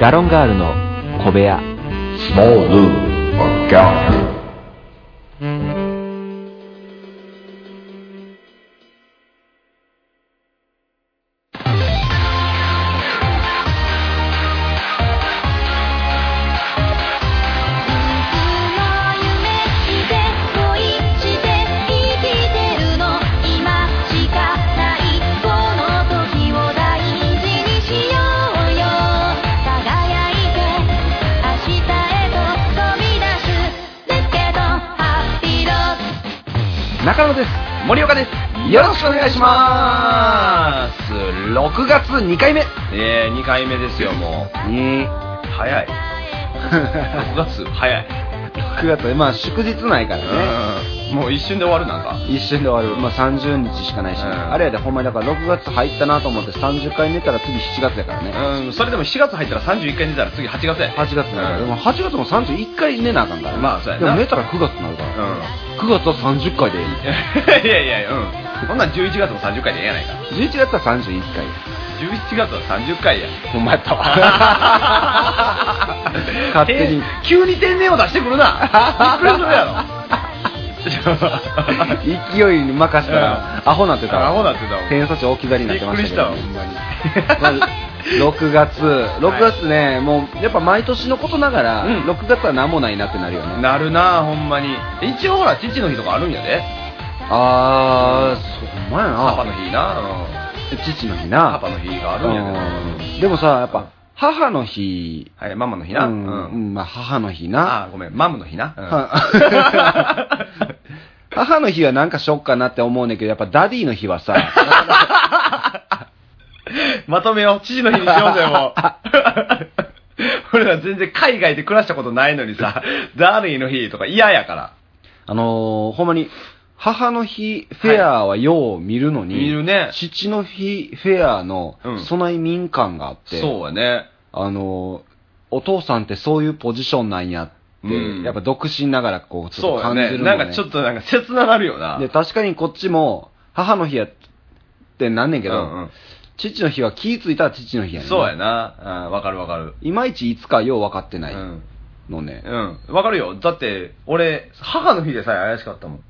ガロンガールの小部屋 Small Zoo or Gallery. いつも夢見て恋して生きてるの今しかないこの時を大事にしようよ輝いて明日へと飛び出すレッケとハッピーロック中野です森岡ですよろしくお願いします6月2回目ええ2回目ですよもう 早い6月早い9月まあ祝日ないからねもう一瞬で終わるなんか一瞬で終わる、まあ、30日しかないし、うんあれやでほんまにだから6月入ったなと思って30回寝たら次7月やからね、うんそれでも7月入ったら31回寝たら次8月や8月だから、うんでも8月も31回寝なあかんから、まあそうやなでも寝たら9月になるから、9月は30回でいいうんいやいやいやうんこんなん11月も30回でええやないか11月は31回11月は30回やほんまやった わ勝手にえ急に天然を出してくるなびっくりするやろ 勢いに任せたら、アホなってたわアホなってたわ偏差値置き去りになってましたけどびっくりほんまにまあ6月6月ね、もうやっぱ毎年のことながら、うん6月は何もないなってなるよねなるなあほんまに一応ほら父の日とかあるんやであーそうほんまやパパなの日なうん父の日パなパの日があるんやでうんでもさやっぱ母の日はいママの日なううんんうんまあ、母の日なあごめんマムの日なうん は母の日はなんかしよっかなって思うねんけどやっぱダディの日はさまとめよう父の日にしようぜ もう俺ら全然海外で暮らしたことないのにさダーリーの日とか嫌やからあのーほんまに、母の日フェアはよう見るのに、見るね父の日フェアのうん備え民間があって、そうやねあのーお父さんってそういうポジションなんやって、うんやっぱ独身ながらこう、ちょそっとうや感じねるのなねんかちょっとなんか切ななるよなで、確かにこっちも、母の日やってなんねんけど、うんうん父の日は気ぃついたら父の日やねんそうやなうんわかるわかるいまいちいつかよう分かってないうんのね。うん、わかるよ。だって、俺、母の日でさえ怪しかったもん。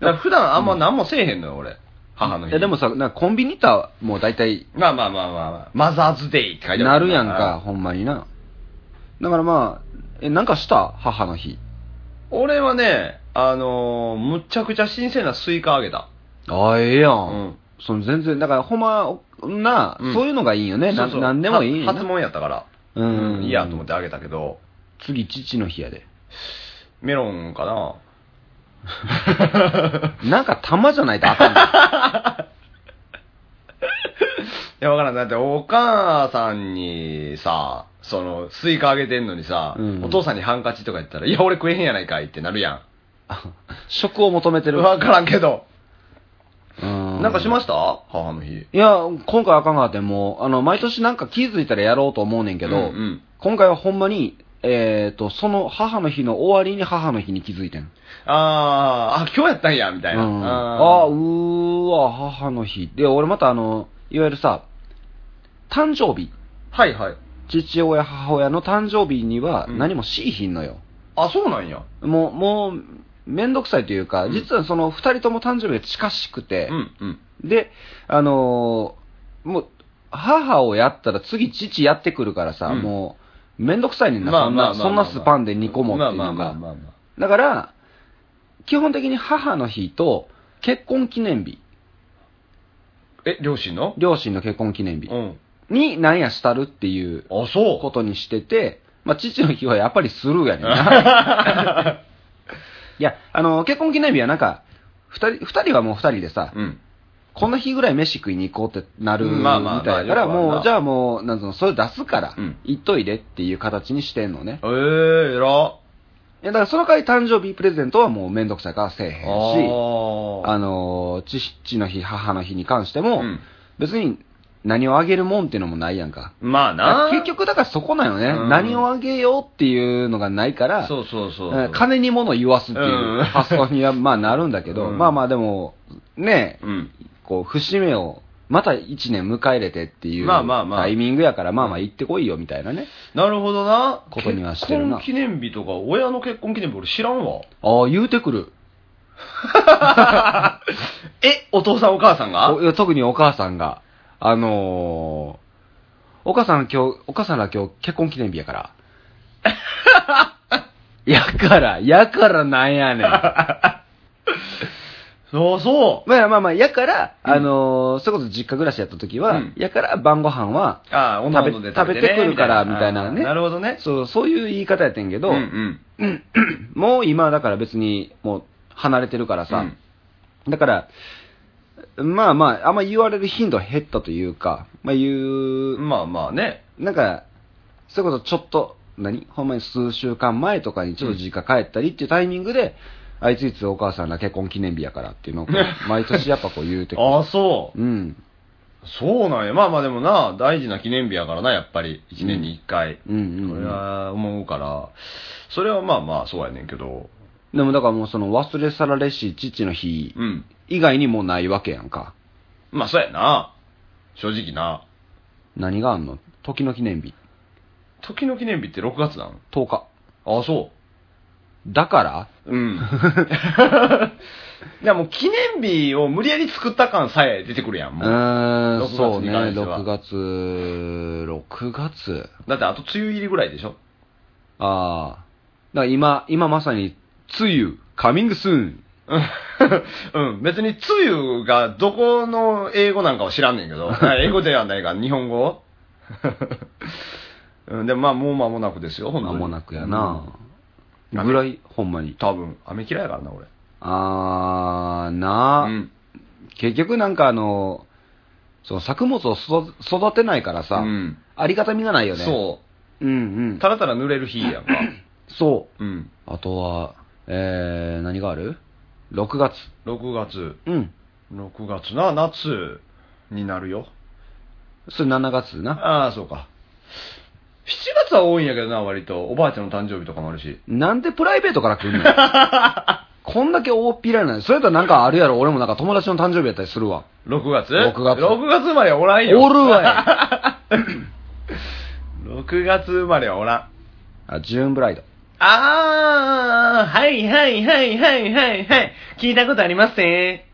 だから普段あんま何もせえへんのよ、俺。母のい日。やでもさ、なんかコンビニ行ったらもう大体まあまあまあまあまあ、マザーズデイって書いてなあるるやんか、。ほんまにな。だからまあ、え、なんかした母の日。俺はね、あのーむっちゃくちゃ新鮮なスイカあげた。ああ、ええやん。うんその全然、だからほんま、な、うんそういうのがいいよね。そなうそうなんでもいいはな初物やったから。うんいいやと思ってあげたけど、次、父の日やで。メロンか な。なんか玉じゃないとあかん ないや、わからん。だって、お母さんにさ、その、スイカあげてんのにさ、うんお父さんにハンカチとか言ったら、いや、俺食えへんやないかいってなるやん。あ。食を求めてる。わからんけど。うんなんかしました母の日。いや、今回あかんかって、もう、あの、毎年なんか気づいたらやろうと思うねんけど、うんうん今回はほんまに、えっ、と、その母の日の終わりに母の日に気づいてん。あー、あ、今日やったんや、みたいな。うん、あーあうーーわ、母の日。で、俺またあの、いわゆるさ、誕生日。はいはい。父親、母親の誕生日にはうん何もしいひんのよ。あ、そうなんや。もう、もう、めんどくさいというか、うん実はその二人とも誕生日が近しくてう、んうん。で、あのーもう、母をやったら次父やってくるからさ、うんもう、めんどくさいねんな、そんな、そんなスパンで2個もっていうまあのまあが。まあまあ。だから、基本的に母の日と結婚記念日。え、両親の両親の結婚記念日うん。に何やしたるっていうあ、そう。ことにしてて、まあ、父の日はやっぱりスルーやねんな。 いや、あの、結婚記念日はなんか、二人、二人はもう二人でさ、 うん。この日ぐらい飯食いに行こうってなるうみんまあまあたいだから、まあよくあるなもう、じゃあもう、なんつうの、それ出すからうん、行っといでっていう形にしてんのね。えー、えら。いや、だからその代わり誕生日プレゼントはもうめんどくさいからせえへんし、ああの、父の日、母の日に関してーも、うん別に何をあげるもんっていうのもないやんか。まあな。結、局だからそこなのね、うん何をあげようっていうのがないから、そうそうそううん。金に物言わすっていううん発想にはまあなるんだけど、うんまあまあでも、ね、うん。こう節目をまた1年迎えれてっていうまあまあまあタイミングやから、まあまあ行ってこいよみたいなね。なるほどな。ことにはしてるな結婚記念日とか、親の結婚記念日俺知らんわ。ああ、言うてくる。え、お父さんお母さんがおいや特にお母さんが、あのー、お母さん今日、お母さんら今日結婚記念日や から。やから、やからなんやねん。そうそう。まあまあまあ、やから、あのーそれこそ実家暮らしやった時は、うんやから晩ご飯は、ああ、おのおので食べて、ね、食べてくるからみたいなねああなるほどね。そう、そういう言い方やってんけど、うんうん。もう今だから別に、もう離れてるからさ、だから、まあまあ、あんま言われる頻度は減ったというか、まあ言うう、ん、まあまあね。なんか、それこそちょっと、何ほんまに数週間前とかにちょっと実家帰ったりっていうタイミングで、あいついつお母さんが結婚記念日やからっていうのをこ う、毎年やっぱこう言うてくる。ああ、そう。うん。そうなんや。まあまあでもな、大事な記念日やからな、やっぱり。一年に一回。うんうんこうれん、は思うから。それはまあまあ、そうやねんけど。でもだからもうその忘れ去られし父の日うん。以外にもうないわけやんか。まあ、そうやな。正直な。何があんの時の記念日。時の記念日って6月なん10日。ああ、そう。だからうん。 いやもう記念日を無理やり作った感さえ出てくるやん、うもう。ー6ん、月そうね、に関しては6月、6月。だってあと梅雨入りぐらいでしょああ。だから今、今まさに、梅雨、カミングスーン。 うん。うん別に梅雨がどこの英語なんかは知らんね んけど。英語ではないが、日本語 うん、でもまあもう間もなくですよ、ほん間もなくやな。うんぐらい、ほんまに。多分、雨嫌いやからな、俺。あー、なあ、うん。結局なんかあの、その作物を育育てないからさ、うんありがたみがないよね。。そううんうう。ん。たらたら濡れる日やんか。そうん。う。あとは、えー、何がある ?6 月。 6月。うん。 6月な、夏になるよ。それ7月な。ああ、そうか。7月は多いんやけどな、割と。おばあちゃんの誕生日とかもあるし。なんでプライベートから来ん のこんだけ大っぴらない。それとなんかあるやろ。俺もなんか友達の誕生日やったりするわ。 6月6月6月生まれはおらおんるよ。わい。 6月生まれはおらん。あ、ジューンブライド。あー、はいはいはいはいはいはい。聞いたことありますね。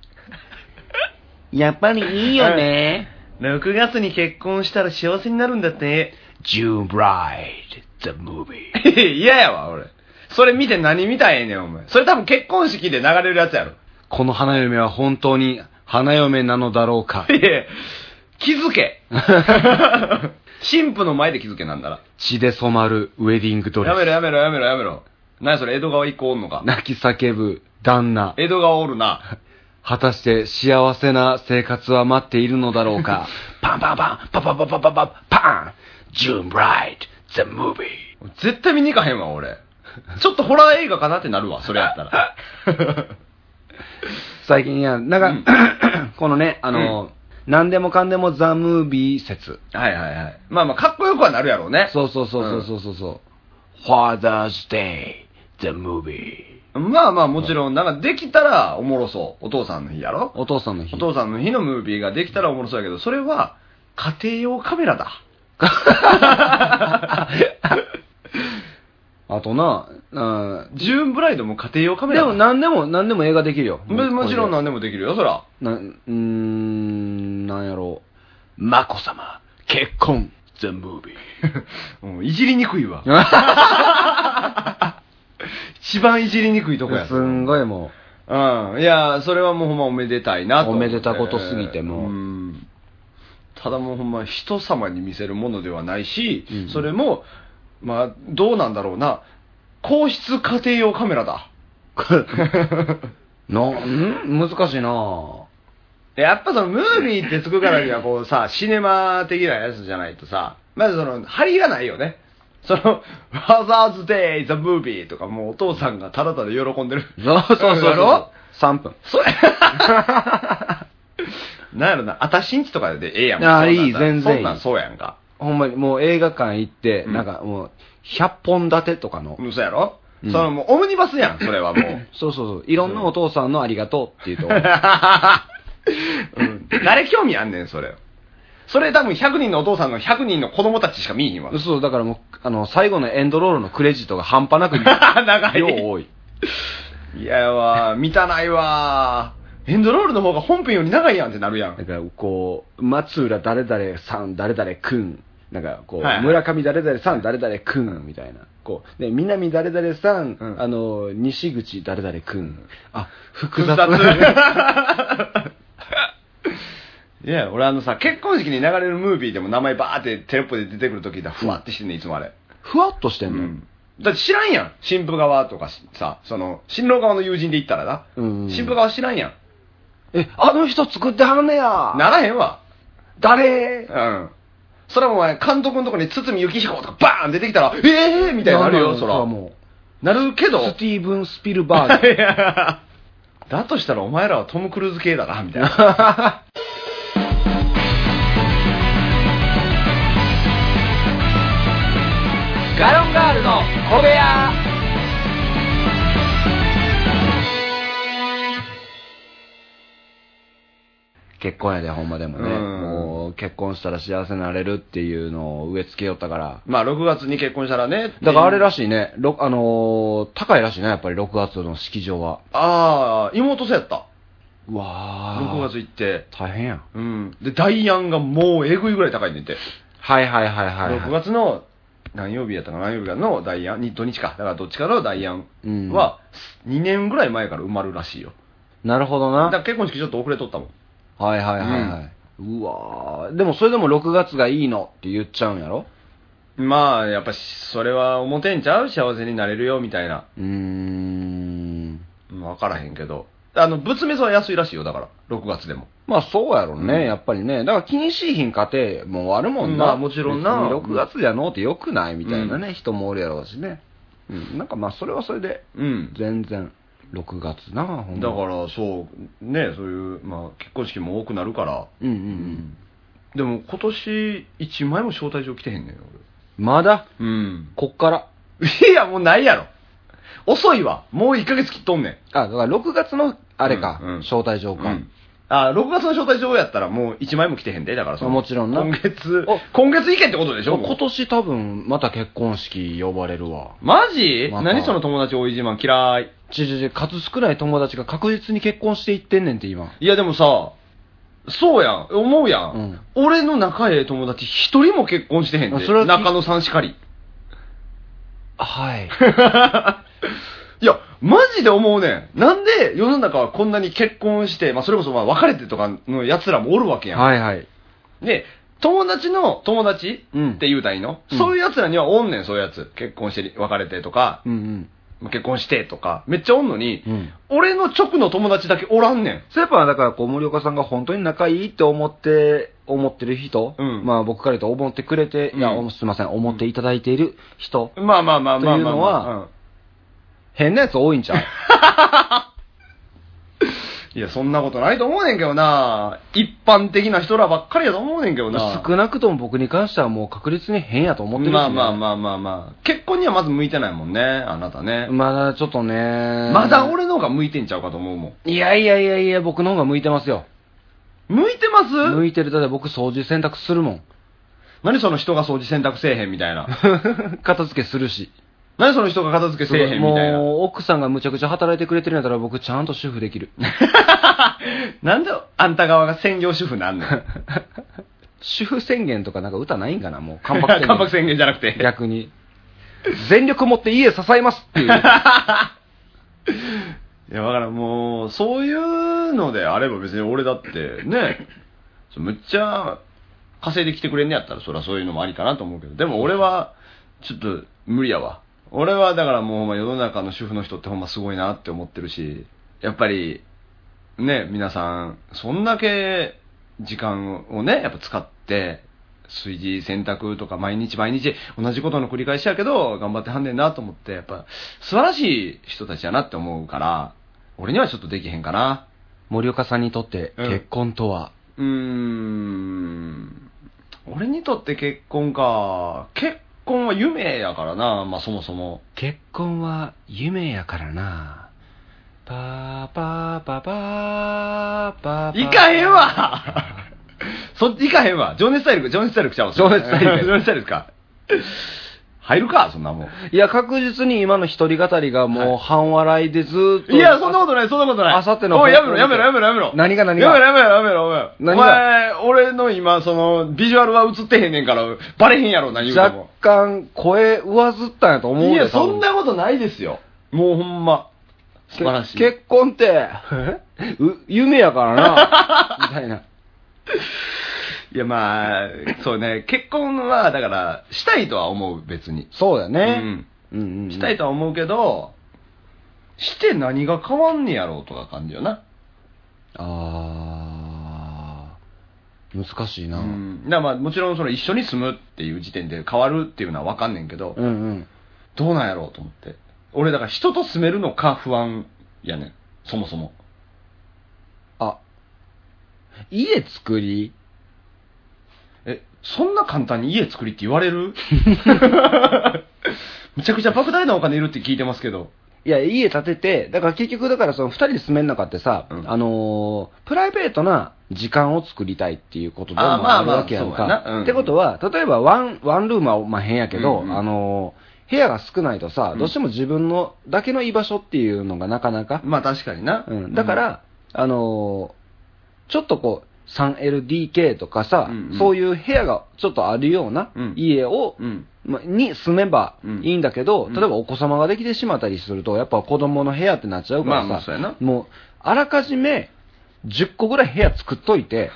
やっぱりいいよね。 6月に結婚したら幸せになるんだって。ジューンブライド、the movie。 嫌やわ、俺。それ見て何見たいねん、お前。それ多分結婚式で流れるやつやろ。この花嫁は本当に花嫁なのだろうか。いや 気づけ。 神父の前で気づけなんだら。血で染まるウェディングドレやめス。ろやめろやめろやめろ。なにそれ、江戸川一個おんのか。泣き叫ぶ旦那。江戸川おる な。果たして幸せな生活は待っているのだろうか。パンパンパン、パンパンパンパンパンパン、パンジューンブライド、the movie。絶対見に行かへんわ、俺。ちょっとホラー映画かなってなるわ、それやっ たら。 最近や、なんか、 このね、あの、何でもかんでもザ・ムービー説。はいはいはい。まあまあ、かっこよくはなるやろうね。そうそうそうそうそうそう。ファーザーズデイ、the movie。まあまあ、もちろん、なんかできたらおもろそう。お父さんの日やろお父さんの日。お父さんの日のムービーができたらおもろそうやけど、それは、家庭用カメラだ。あとな、うんジューンブライドも家庭用カメラでだも何でも、何でも映画できるよ。ももちろんな。何でもできるよ、そら。な、うーん、なんやろう。まこさま、結婚、the movie。うんいじりにくい わ。 一番いじりにくいとこや。すんごいもうん。いや、それはもうほんまおめでたいなと思って。おめでたことすぎてもうんただもうほんま人様に見せるものではないし、うんそれも、まあ、どうなんだろうな。皇室家庭用カメ ラだ。う、なん、難しいなやっぱそのムービーってつくからにはこうさ、シネマ的なやつじゃないとさ、まずその、張りがないよね。その、ファザーズデイ、ザ・ムービーとかもうお父さんがただただ喜んでる。そうそうそう やろ3分。そ れなんやろな、あたしんちとかでええやん。あそんなんいい全然いいそんなんそうやんか。ほんまに、もう映画館行って、うんなんかもう、100本立てとかの。うんそうやろ、うんその もうオムニバスやん、それはもう。そうそうそう。いろんなお父さんのありがとうっていうと。うん誰興味あんねん、それ。それ多分100人のお父さんの100人の子供たちしか見えへん わ。そう、だからもう、あの、最後のエンドロールのクレジットが半端なく長い量多い。いややわ、見たないわ。エンドロールの方が本編より長いやんってなるやだん。から、こう、松浦誰々さん、誰々くん、なんかこう、はいはい村上誰々さん、誰々くん、みたいな。こう、ね、南誰々さん、うんあの、西口誰々くん。あ、複複雑。雑。 いや、俺あのさ、結婚式に流れるムービーでも名前バーってテレポで出てくるときだ、ふわってしてんねん、いつもあれ。ふわっとしてんの。だって知らんやん。新婦側とかしさ、その、新郎側の友人で言ったらな。うん新婦側知らんやん。え、あの人作ってはんねや。ならへんわ。誰うん。それはお前、監督のとこに堤幸彦とかバーン出てきたら、ええー、みたいになるよ、そら。もなるけう。ど。スティーブン・スピルバーグ。いや だとしたらお前らはトム・クルーズ系だな、みたいな。ガロンガールの小部屋結婚やで、ほんまでもね。うんもう、結婚したら幸せになれるっていうのを植え付けよったから。まあ、6月に結婚したらね。だからあれらい。しいね、ろあのー高いらしいね、やっぱり6月の式場は。ああ、妹さんやった。うわー。 6月行って。大変やん。うん。で、ダイアンがもうえぐいぐらい高いねんて。はいはいはいはい、はい。 6月の何曜日やったかな何曜日かのダイアン、に土日か。だからどっちかのダイアンうんは、2年ぐらい前から埋まるらしいよ。なるほどだかな。ら結婚式ちょっと遅れとったもん。はいはいはいはい。うわー。でもそれでも6月がいいのって言っちゃうんやろまあ、やっぱし、それは思てんちゃう幸せになれるよ、みたいな。うーん。うんわからへんけど。あの、仏滅は安いらしいよ、だから。6月でも。まあそうやろね、うんやっぱりね。だから気にしいひん家庭もあるもんな。まあもちろんな別に6月やのってよくないみたいなね、人もおるやろうしね。うん。なんかまあそれはそれで、うん。だか全然。6月な、ほんまら、そう、ね、そういう、まあ、結婚式も多くなるから。うんうんうん。でも、今年、1枚も招待状来てへんねんよ、まだ、俺。うん。こっから。いや、もうないやろ。遅いわ。もう1ヶ月切っとんねん。あ、だから6月の、あれか、うんうん招待状か。うんあ、6月の招待状やったらもう1枚も来てへんで、だからその。もちろんな今月お、今月意見ってことでしょもう今年多分、また結婚式呼ばれるわ。マジまた何その友達多い自慢嫌い。ちちち、数少ない友達が確実に結婚していってんねんって今。いやでもさ、そうやん、思うやん。俺の仲ええ友達一人も結婚してへんあで。それは中野さんしかり。はい。いや、マジで思うねん。なんで世の中はこんなに結婚して、まあそれこそまあ別れてとかの奴らもおるわけやん。 はいはい。で、友達の友達うんって言うたらいいの、うんそういう奴らにはおんねん、そういう奴。結婚して、別れてとか、うんうん。結婚してとか、めっちゃおんのに、うん俺の直の友達だけおらんねん。それやっぱだからこう森岡さんが本当に仲いいって思って、思ってる人、うんまあ僕から言うと思ってくれて、いや、うんすいません、思っていただいている人、まあまあまあまあまあ、まあ。というのは変なやつ多いんちゃう うんいや、そんなことないと思うねんけどな一般的な人らばっかりやと思うねんけどな少なくとも僕に関してはもう確実に変やと思ってるし、ね、まあまあまあまあまあ。結婚にはまず向いてないもんね、あなたね。まだちょっとね。まだ俺の方が向いてんちゃうかと思うもん。いやいやいやいや、僕の方が向いてますよ。向いてます向いてる。だって僕掃除洗濯するもん。何その人が掃除洗濯せえへんみたいな。 片付けするし。何その人が片付けせえへんみたいな。もう奥さんがむちゃくちゃ働いてくれてるんやったら僕ちゃんと主婦でき る。なんであんた側が専業主婦なんの主婦宣言とかなんか歌ないんかな もう 関関白白宣宣言。言。じゃなく て。逆に。全力持って家支えますっていう。 いや、だからんもう、そういうのであれば別に俺だって、ね、そうむっちゃ稼いできてくれんねやったら、そりゃそういうのもありかなと思うけど、でも俺は、ちょっと無理やわ。俺はだからもうほんま世の中の主婦の人ってほんますごいなって思ってるし、やっぱり、ね、皆さん、そんだけ時間をね、やっぱ使って、炊事、洗濯とか毎日毎日同じことの繰り返しやけど、頑張ってはんねんなと思って、やっぱ素晴らしい人たちやなって思うから、俺にはちょっとできへんかな。森岡さんにとって結婚とは、うーん。俺にとって結婚か。結婚は夢やからな、まあそもそも。結婚は夢やからなパーパーパーパーパーパー行かへんわ そっち行かへんわ情熱大陸 情熱大陸ちゃうわ情熱大陸情熱大陸か入るかそんなもんいや、確実に今の一人語りがもはうい半笑いでずーっと。いや、そんなことない、そんなことない。あさってのおい、やめろ、やめろ、やめろ、やめろ。何が何がやめろ、やめろ、やめろ、やめろ。何お前、俺の今、その、ビジュアルは映ってへんねんから、バレへんやろ、何言うて若も。干声上ずったんやと思ういでや、そ多分んなことないですよ。もうほんま。素晴らしい。け結婚って、う夢やから な。みたいな。いや、まあ、そうね、結婚は、だから、したいとは思う、別に。そうだよねん。うんうんうんしたいとは思うけど、して何が変わんねやろうとか感じよな。あー難しいな。ううんん。だからまあ、もちろん、その、一緒に住むっていう時点で変わるっていうのは分かんねんけど、うん。どうなんやろうと思って。俺、だから人と住めるのか不安やねん。そもそも。あ、家作りえ、そんな簡単に家作りって言わ れるむちゃくちゃ莫大なお金いるって聞いてますけど。いや、家建てて、だから結局、だからその二人で住めん中ってさ、うんあのープライベートな時間を作りたいっていうことでもあーまああるまあわけやんそうやかな。うんってことは、例えばワン、ワンルームはまあ変やけど、うんうんあのー部屋が少ないとさ、うんどうしても自分のだけの居場所っていうのがなかなか、まあ確かにな。うん、だから、あのーちょっとこう、3LDK とかさ、うんうんそういう部屋がちょっとあるようなうん家を、うん、うん。ま、に住めばうんいいんだけど、うん例えばお子様ができてしまったりすると、やっぱ子供の部屋ってなっちゃうからさ、まあまあそうやなもう、あらかじめ10個ぐらい部屋作っとい て、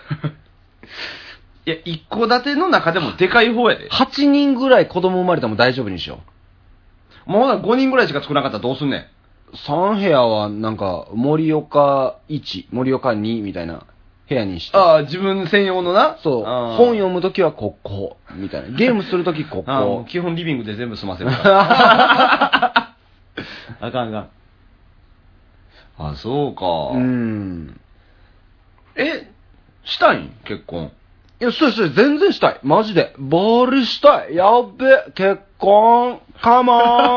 いや、一戸建ての中でもでかい方やで。 8人ぐらい子供生まれても大丈夫にしよもうほな5人ぐらいしか作らなかったらどうすんねん。う。3部屋はなんか、森岡1、森岡2みたいな部屋にして。ああ、自分専用のな。そう、あー本読むときはここ、みたいな。ゲームするときこ ああもこ。う基本リビングで全部 済ませるから。あかんあかん。あ、そうか。うん。え、したいん結婚。いや、そうそう、全然したい。マジで。ボールしたい。やっべ、結婚、カモン。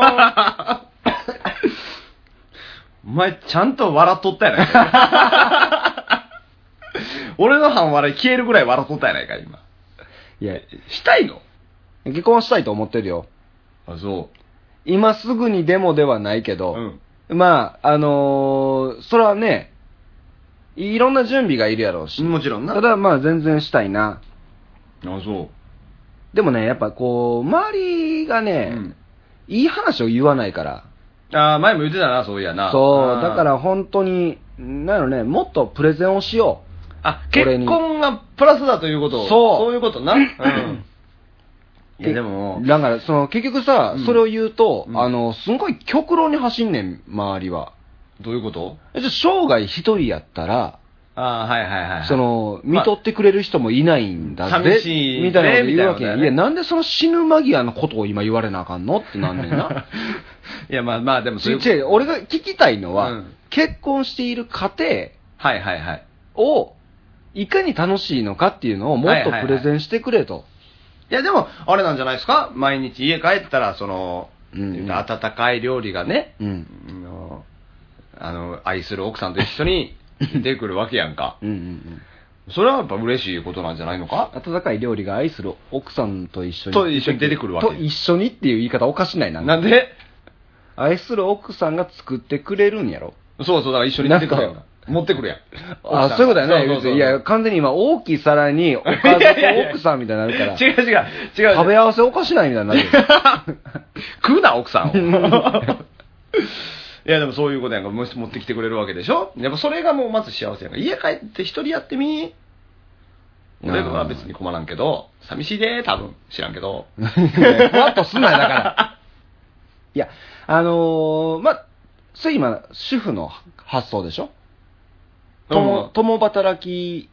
お前、ちゃんと笑っとったやないか。 俺の半笑い消えるぐらい笑っとったやないか、今。いや、した いの結婚はしたいと思ってるよ。あ、そ今すぐにでもではないけうど、ん。まあ、あのーそれはね、いろんな準備がいるやろうし、もちろんな。ただまあ全然したいな。あ、そう。でもね、やっぱこう、周りがね、うんいい話を言わないから、あー前も言ってたな、そういやな。そう、あーだから本当に、なのね、もっとプレゼンをしよあ、俺結に婚がプラスだということをそうそういうことな。うん。う。いや、でも、だから、その、結局さ、うんそれを言うと、うんあの、すんごい極論に走んねん、周りは。どういうことえじゃあ生涯一人やったら、あーはいはいはい。そ、の、ま見あとってくれる人もいないんだぜ、寂しいねみたいなこと言うわけやん。いみたや、いなねなんでその死ぬ間際のことを今言われなあかんのってなんねん な。いや、まあまあ、でもちそう違いう。う、俺が聞きたいのは、うん結婚している家はいはいはい。庭を、いかに楽しいのかっていうのをもっとはいはいはいプレゼンしてくれと。いや、でも、あれなんじゃないですか毎日家帰ったら、その、うん言うたら温かい料理がね、うん。あのあの、愛する奥さんと一緒 に出てくるわけやんか。うんうんうん。それはやっぱ嬉しいことなんじゃないのか温かい料理が愛する奥さんと一緒に。と一緒に出てくるわけと一緒にっていう言い方おかしないな。なんで愛する奥さんが作ってくれるんやろ。そうそう、だから一緒に出てくるやんなんか。持ってくるやん。あ、そういうことやね。そうそうそう別にいや、完全に今、大きい皿に、おかずと奥さんみたいになる から。違う違う、違う。食べ合わせおかしないみたいになるよ。 食うな、奥さんを。 いや、でもそういうことやんか。もし持ってきてくれるわけでしょやっぱそれがもうまず幸せやんか。家帰って一人やってみ俺は別に困らんけど、寂しいで、多分。知らん けど。ふわっとすんなよ、だから。いや、あのー、ま、それ今、主婦の発想でしょ共うん共働き、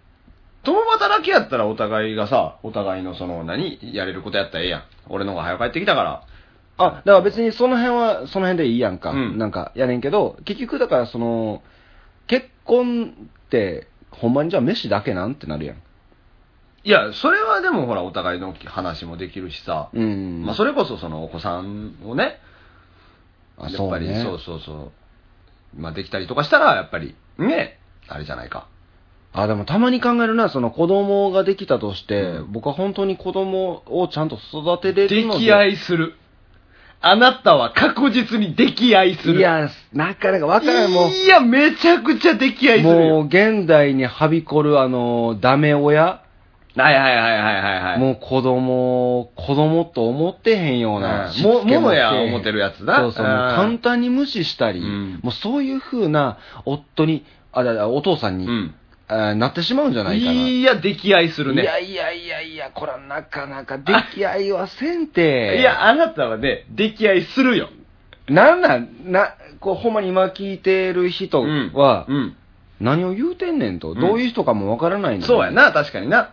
共働きやったらお互いがさ、お互いのその何、やれることやったらええやん。俺の方が早く帰ってきたから。あ、だから別にその辺は、その辺でいいやんか。うんなんか、やねんけど、結局だからその、結婚って、ほんまにじゃあ飯だけなんってなるやん。いや、それはでもほら、お互いの話もできるしさ。うん。まあ、それこそそのお子さんをね、あやっぱりねそうそうそうまあ、できたりとかしたら、やっぱり、ねあれじゃないか。あ、でもたまに考えるな、その子供ができたとして、うん僕は本当に子供をちゃんと育てれるので。溺愛する。あなたは確実に溺愛する。いや、なかなか若いもういや、めちゃくちゃ溺愛するもうよ。現代にはびこるあの、ダメ親、はいはいはいはいはいはい。もう子供を、子供と思ってへんような、うんしつけもせえへんももや思ってるやつなそうそう、もううん簡単に無視したり、うんもうそういう風な夫に、あだだお父さんに、うん。あなってしまうんじゃないかな。いや、溺愛するね。いやいやいやいや、これはなかなか出来合いはせんて。いや、あなたはね、溺愛するよ。なんなん、な、こう、ほんまに今聞いてる人は、うん何を言うてんねんと、うんどういう人かもわからないのうん。にそうや。な、確かにな。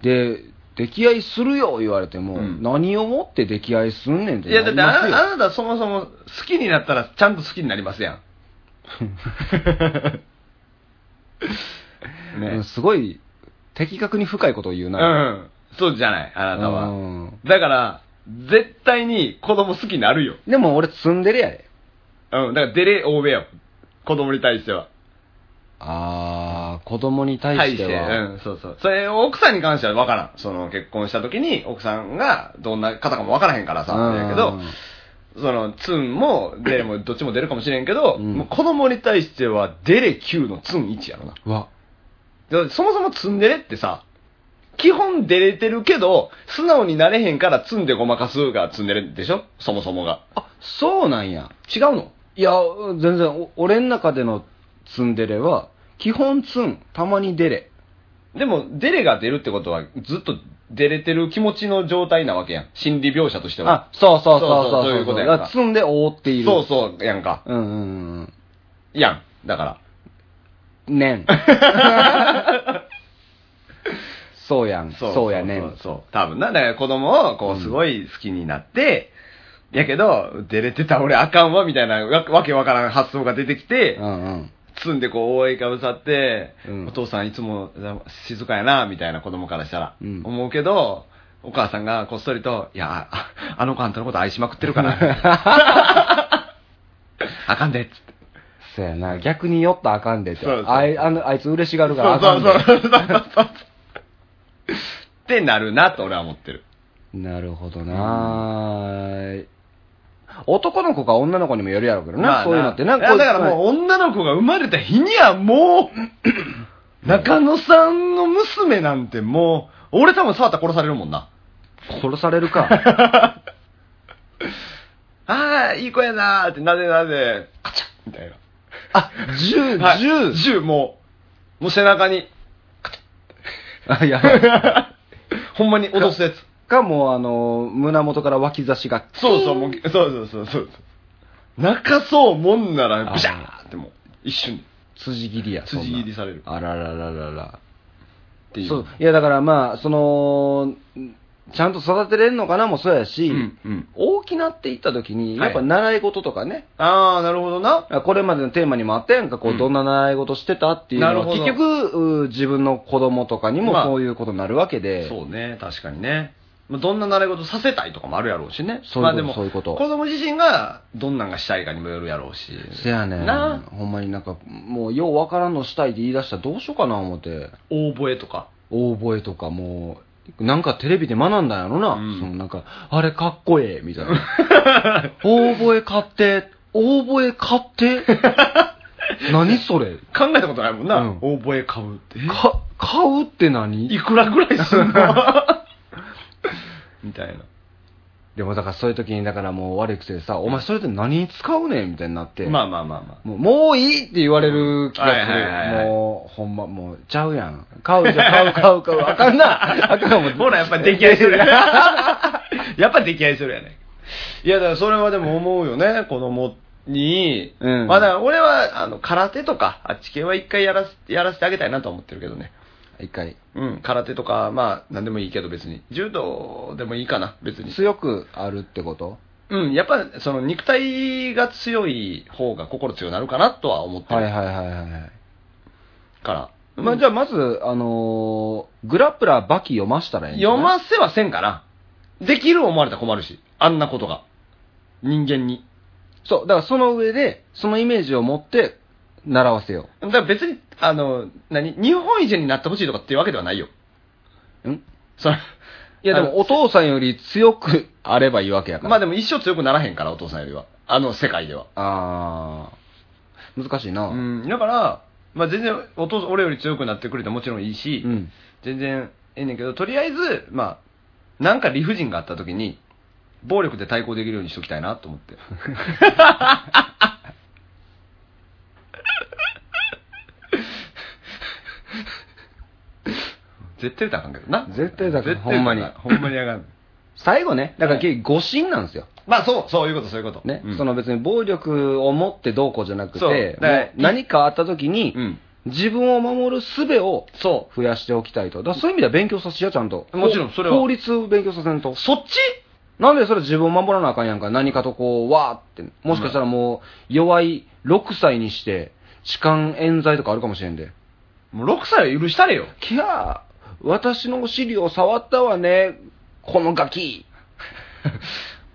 で、出来合いするよ言われても、うん何をもって出来合いすんねんっていや、だってあなりますよなあなたそもそも好きになったらちゃんと好きになりますや ん。うねん。すごい、的確に深いことを言ううな。ん。そうじゃない、あなたうは。んだから、絶対に子供好きになるよ。でも俺、ツンデレやで。うん。だから、デレ欧米よ。子供に対しては。あー、子供に対しては。うん、そうそう。それ、奥さんに関しては分からん。その、結婚した時に、奥さんがどんな方かも分からへんからさ、うんやけど、その、ツンも、デレも、どっちも出るかもしれんけど、うんもう子供に対しては、デレ9のツン1やろな。うわ、でそもそもツンデレってさ、基本デレてるけど、素直になれへんからツンでごまかすがツンデレでしょそもそもが。あ、そうなんや。違うのいや、全然、お俺の中でのツンデレは、基本ツン、たまにデレ。でも、デレが出るってことは、ずっとデレてる気持ちの状態なわけやん。心理描写としてはあ。、そうそうそうそうそうそうそういうことやんかだからツンで覆っている。そうそう、やんか。う。うんうんやん。だから。うん。ねん。そうやん。そうやねん。そう。多分な。だから子供を、こうんう、すごい好きになって、やけど、出れてた俺あかんわ、みたいな、わわけわからん発想が出てきて、うんうん。積んでこう、覆いかぶさって、うんお父さんいつも静かやな、みたいな子供からしたら、うん思うけど、お母さんがこっそりと、いや、ああの子あんたのこと愛しまくって るから。あかんで、つって。そうやな。逆に酔ったらあかんでって。そうそうあいあのあいつ嬉しがるからそあうかんで。そうそうそうそう。ってなるな、と俺は思ってる。なるほどな、男の子か女の子にもよるやろうけどな、そういうのって。なんかいやだからもう女の子が生まれた日にはも う、中野さんの娘なんてもう、俺多分触ったら殺されるもんな。殺されるか。 ああ、いい子やなーって、なでなで、カチャッみたいな。あ、銃、はい銃。銃もう、もう背中 に、あ、いや。ほんまに脅すやつ。かもう、あの、胸元から脇差しが。そうそう、もう、そうそうそうそう。泣かそうもんなら、ブシャーってもう、一瞬で辻切りや。そんな辻切りされるあららららら。っていう。そう。いや、だからまあ、その、ちゃんと育てれるのかなもそうやし、うんうん大きなっていった時に、はやいっぱ習い事とかね、ああ、なるほどな。これまでのテーマにもあったやんか、こうう、んどんな習い事してたっていうのなるは、ほど結局、う自分の子供とかにもまあそういうことになるわけで、そうね、確かにね。まあ、どんな習い事させたいとかもあるやろうしね。そういうことまあでも、そういうこと子供自身がどんなんがしたいかにもよるやろうし。せやねん。なほんまになんか、もう、ようわからんのしたいって言い出したらどうしようかな思って。大覚えとか。大覚えとかもう、なんかテレビで学んだんやろな。うんそのなんか、あれかっこええ、みたいな。 大覚え買って、大覚え買って、何それ考えたことないもんな。うん大覚え買うって。か、買うって何いくらぐらいす んのみたいな。でもだからそういう時に、だからもう悪い癖でさ、お前それって何に使うねんみたいになって。まあまあまあまあ。もうもういいって言われる気がすはいはいはいはる。いもう、ほんま、もう、ちゃうやん。買うじゃん、買う、買う、買う。あかんな。あ かんもん。ほら、やっぱ出来合い する。やっぱ出来合いするやね。いや、だからそれはでも思うよね、子供に。うんまあだから俺は、あの、空手とか、あっち系は一回やらせ、やらせてあげたいなと思ってるけどね。一回。うん、空手とか、まあ、なんでもいいけど別に。柔道でもいいかな、別に。強くあるってことうん、やっぱ、その、肉体が強い方が心強くなるかなとは思ってはいるはいはいはいはい。から。まあ、じゃあ、まず、あのーグラップラーバキ読ましたらいいんじゃな読いませはせんかな。できる思われたら困るし、あんなことが。人間に。そう、だからその上で、そのイメージを持って、習わせよだから別に、あの、何日本一になってほしいとかっていうわけではないよ。う。んそれいやでもお父さんより強くあればいいわけやから。まあでも一生強くならへんから、お父さんよりは。あの世界では。ああ、難しいな。うん、だから、まあ全然、お父さん、俺より強くなってくれてもちろんいいし、うん全然ええねんけど、とりあえず、まあ、なんか理不尽があった時に、暴力で対抗できるようにしときたいなと 思って。絶対歌あかんけどな。絶対歌あかん絶ほんまに歌あかんほんまにあかん。最後ね、だからはい結局誤信なんですよ。まあそう、そういうこと、そういうこと。ね、うんその別に暴力を持ってどうこうじゃなくそうて、だからもう何かあった時に、うん自分を守る術をそ増やしておきたいと。だからそういう意味では勉強させや、ちゃんと。もちろんそれは法律を勉強させんとう。。そっちなんでそれ自分を守らなあかんやんか。何かとこう、わーって。もしかしたらもう、弱い6歳にして、痴漢冤罪とかあるかもしれんで。もう6歳は許したれよ。きゃー、私のお尻を触ったわね、このガ キ。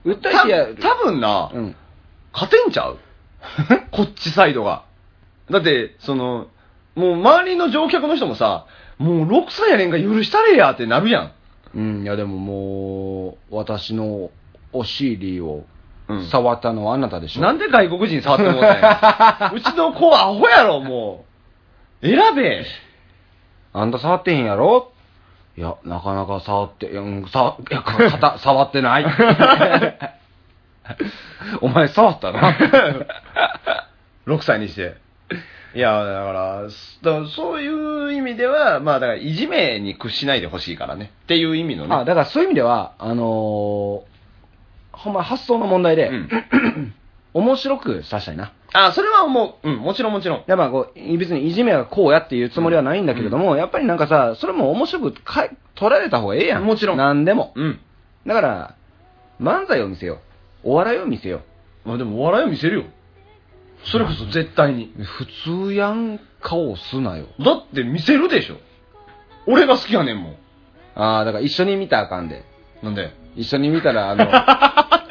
訴えてやる。た多分な、うん。勝てんちゃう こっちサイドが。だって、その、もう周りの乗客の人もさ、もう6歳やねんから許したれやってなるやん。うん、いやでももう、私のお尻をうん触ったのはあなたでしょ。なんで外国人触ってもうたん やうちの子はアホやろ、もう。選べ。あんた触ってへんやろいや、なかなか触って、うん、さ、いや、か 肩、触ってない。お前触った な。 6歳にして。いや、だから、すだからそういう意味では、まあだから、いじめに屈しないでほしいからね。っていう意味のね。あ、だからそういう意味では、あのーほんま発想の問題で、うん面白くさしたいな。あ、それは思う。うん、もちろんもちろん。やまあこう別にいじめはこうやっていうつもりはないんだけれども、やっぱりなんかさ、それも面白くか取られた方がええやん。もちろん何でも。うん。だから、漫才を見せよう。お笑いを見せよまあでも、お笑いを見せるよ。それこそ絶対に。う。普通やん顔すなよ。だって見せるでしょ。俺が好きやねんもん。ああ、だから一緒に見たらあかんで。なんで一緒に見た ら、あの、あ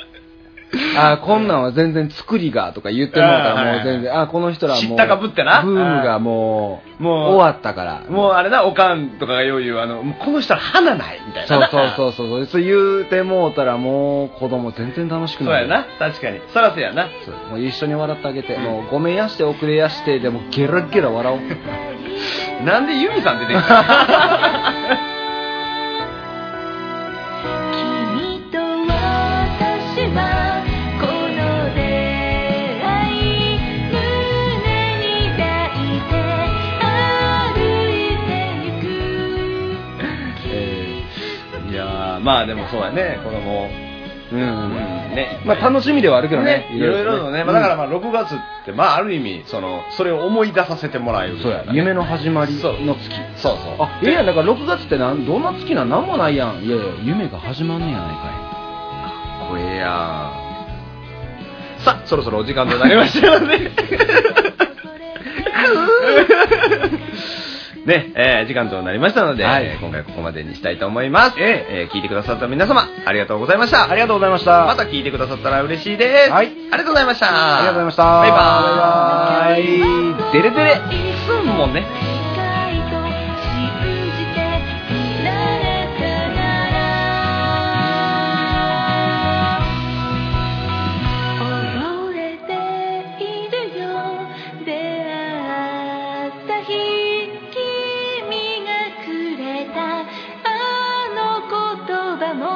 あ、こんなんは全然作りがとか言ってもらったらもう全然、ああ、この人らはもう、知ったかぶってなブームがもう、もう終わったから。もうあれな、おかんとかがよう言う、あの、もうこの人は花ないみたいそうな。。そうそううそう。そう言うてもうたらもう子供全然楽しく そうない。やな。確かに。そらそうやな。そう。もう一緒に笑ってあげて、うんもうごめんやして遅れやして、でもゲラゲラ笑おう。なんでユミさん出てき 「た君と私はこの出会い」「胸に抱いて歩いてえいやー、まあでもそうやね、子供。ーうんううんんうん。ね。まあ楽しみではあるけどね。いろいろとね。まあだからまあ6月って、まあある意味、その、それを思い出させてもらえる。そうや、夢の始まりそうの月。そうそう。あ、いやいや、だから6月ってなんどんな月なんなんもないやん。いやいや、夢が始まんねやないかこれやさあそろそろお時間となりました のでね、えー時間となりましたので、はいえー今回ここまでにしたいと思います、えー聞いてくださった皆様ありがとうございましたい。ありがとうございました。また聞いてくださったら嬉しいです、はいありがとうございましたありがとうございました。バイバーイバイバーイ。デレデレ。いつも「世界と信じていらねれたなら」「溺れているよ出会った日」「君がくれたあの言葉も」